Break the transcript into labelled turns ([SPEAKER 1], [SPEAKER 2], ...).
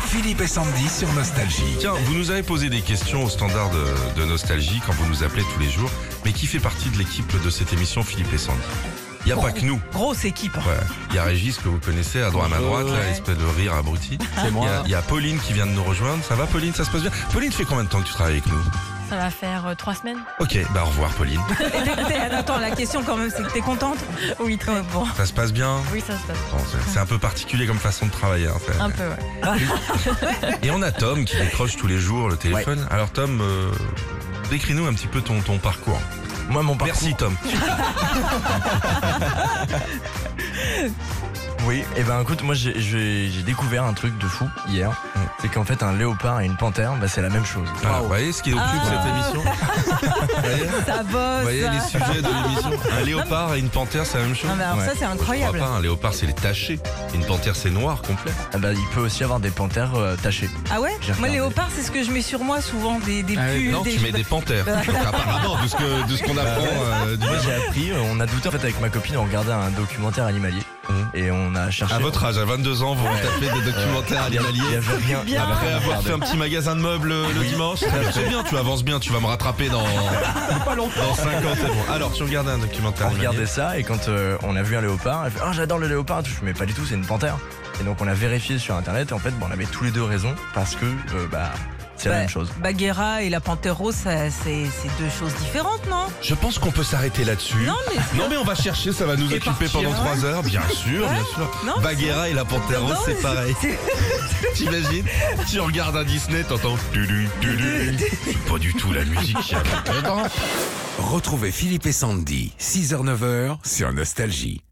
[SPEAKER 1] Philippe et Sandy sur Nostalgie.
[SPEAKER 2] Tiens, vous nous avez posé des questions au standard de, de Nostalgie quand vous nous appelez tous les jours. Mais qui fait partie de l'équipe de cette émission, Philippe et Sandy Il n'y a pas que nous.
[SPEAKER 3] Grosse équipe.
[SPEAKER 2] Ouais. Il y a Régis que vous connaissez à droite, à ma droite, là, espèce de rire abruti.
[SPEAKER 4] C'est
[SPEAKER 2] Il y a-
[SPEAKER 4] moi.
[SPEAKER 2] il y, a Pauline qui vient de nous rejoindre. Ça va, Pauline Ça se passe bien Pauline, fait combien de temps que tu travailles avec nous
[SPEAKER 5] Ça va faire euh, trois semaines.
[SPEAKER 2] Ok, bah au revoir, Pauline.
[SPEAKER 3] Et t'es- t'es- Attends, la question quand même, c'est que t'es contente
[SPEAKER 5] Oui, très
[SPEAKER 3] Bon.
[SPEAKER 2] Ça se passe bien
[SPEAKER 5] Euh, Oui, ça se passe.
[SPEAKER 2] Bon, c'est- C'est un peu particulier comme façon de travailler. hein, c'est-
[SPEAKER 5] Un peu, ouais.
[SPEAKER 2] Et on a Tom qui décroche tous les jours le téléphone. Alors Tom, euh, décris-nous un petit peu ton, ton parcours.
[SPEAKER 4] Moi, mon parcours.
[SPEAKER 2] Merci Tom.
[SPEAKER 4] Oui, et ben écoute, moi j'ai- j'ai j'ai découvert un truc de fou hier. C'est qu'en fait, un léopard et une panthère, bah, c'est la même chose.
[SPEAKER 2] Voilà, vous voyez ce qui occupe
[SPEAKER 5] Ah.
[SPEAKER 2] cette émission Vous voyez
[SPEAKER 3] Ça bah,
[SPEAKER 2] Vous
[SPEAKER 3] bosse.
[SPEAKER 2] voyez les sujets de l'émission Un léopard et une panthère, c'est la même chose
[SPEAKER 3] Non, mais Ah, alors
[SPEAKER 4] Ouais.
[SPEAKER 3] ça, c'est
[SPEAKER 2] Je
[SPEAKER 3] incroyable.
[SPEAKER 2] crois pas, un léopard c'est les tachés. Une panthère c'est noir complet.
[SPEAKER 4] Ah bah, il peut aussi avoir des panthères euh, tachées.
[SPEAKER 3] Ah ouais
[SPEAKER 4] J'ai
[SPEAKER 3] Moi,
[SPEAKER 4] regardé.
[SPEAKER 3] léopard, c'est ce que je mets sur moi souvent, des, des
[SPEAKER 4] Ah oui,
[SPEAKER 3] pulls,
[SPEAKER 2] non,
[SPEAKER 3] des
[SPEAKER 2] tu mets des panthères. Donc, apparemment, de ce que- de ce qu'on apprend.
[SPEAKER 3] Bah,
[SPEAKER 2] euh, du-
[SPEAKER 4] Moi j'ai appris, euh, on a douté en fait avec ma copine, on regardait un documentaire animalier
[SPEAKER 2] Mhm.
[SPEAKER 4] et on a cherché.
[SPEAKER 2] À votre âge, à 22 ans, vous vous tapez des documentaires
[SPEAKER 4] Il y a- Il y
[SPEAKER 2] animaliers.
[SPEAKER 4] avait rien. il y avait
[SPEAKER 2] Après
[SPEAKER 4] rien à
[SPEAKER 2] avoir
[SPEAKER 4] regarder.
[SPEAKER 2] fait un petit magasin de meubles euh, le dimanche, c'est bien, tu avances bien, tu vas me rattraper dans, dans 5 ans. c'est bon. Alors, tu regardes un documentaire.
[SPEAKER 4] On
[SPEAKER 3] Ah,
[SPEAKER 2] animalier.
[SPEAKER 4] regardait ça et quand euh, on a vu un léopard, elle fait Oh, j'adore le léopard, je fais, mais pas du tout, c'est une panthère. Et donc on a vérifié sur internet et en fait, bon, on avait tous les deux raison parce que euh, bah, c'est la
[SPEAKER 3] Ouais.
[SPEAKER 4] même chose.
[SPEAKER 3] Bagheera et la panthère rose, ça, c'est c'est deux choses différentes, non
[SPEAKER 2] Je pense qu'on peut s'arrêter là-dessus.
[SPEAKER 3] Non, mais
[SPEAKER 2] Non mais on va chercher, ça va nous
[SPEAKER 3] Et
[SPEAKER 2] occuper
[SPEAKER 3] partir,
[SPEAKER 2] pendant
[SPEAKER 3] ouais.
[SPEAKER 2] 3 heures, bien sûr, bien sûr.
[SPEAKER 3] Non, mais
[SPEAKER 2] Bagheera et la Panthère
[SPEAKER 3] Non,
[SPEAKER 2] Rose, c'est
[SPEAKER 3] mais-
[SPEAKER 2] pareil. T'imagines Tu regardes un Disney, t'entends tudu, tudu. C'est pas du tout la musique qu'il y avait dedans.
[SPEAKER 1] Retrouvez Philippe et Sandy, 6h-9h sur Nostalgie.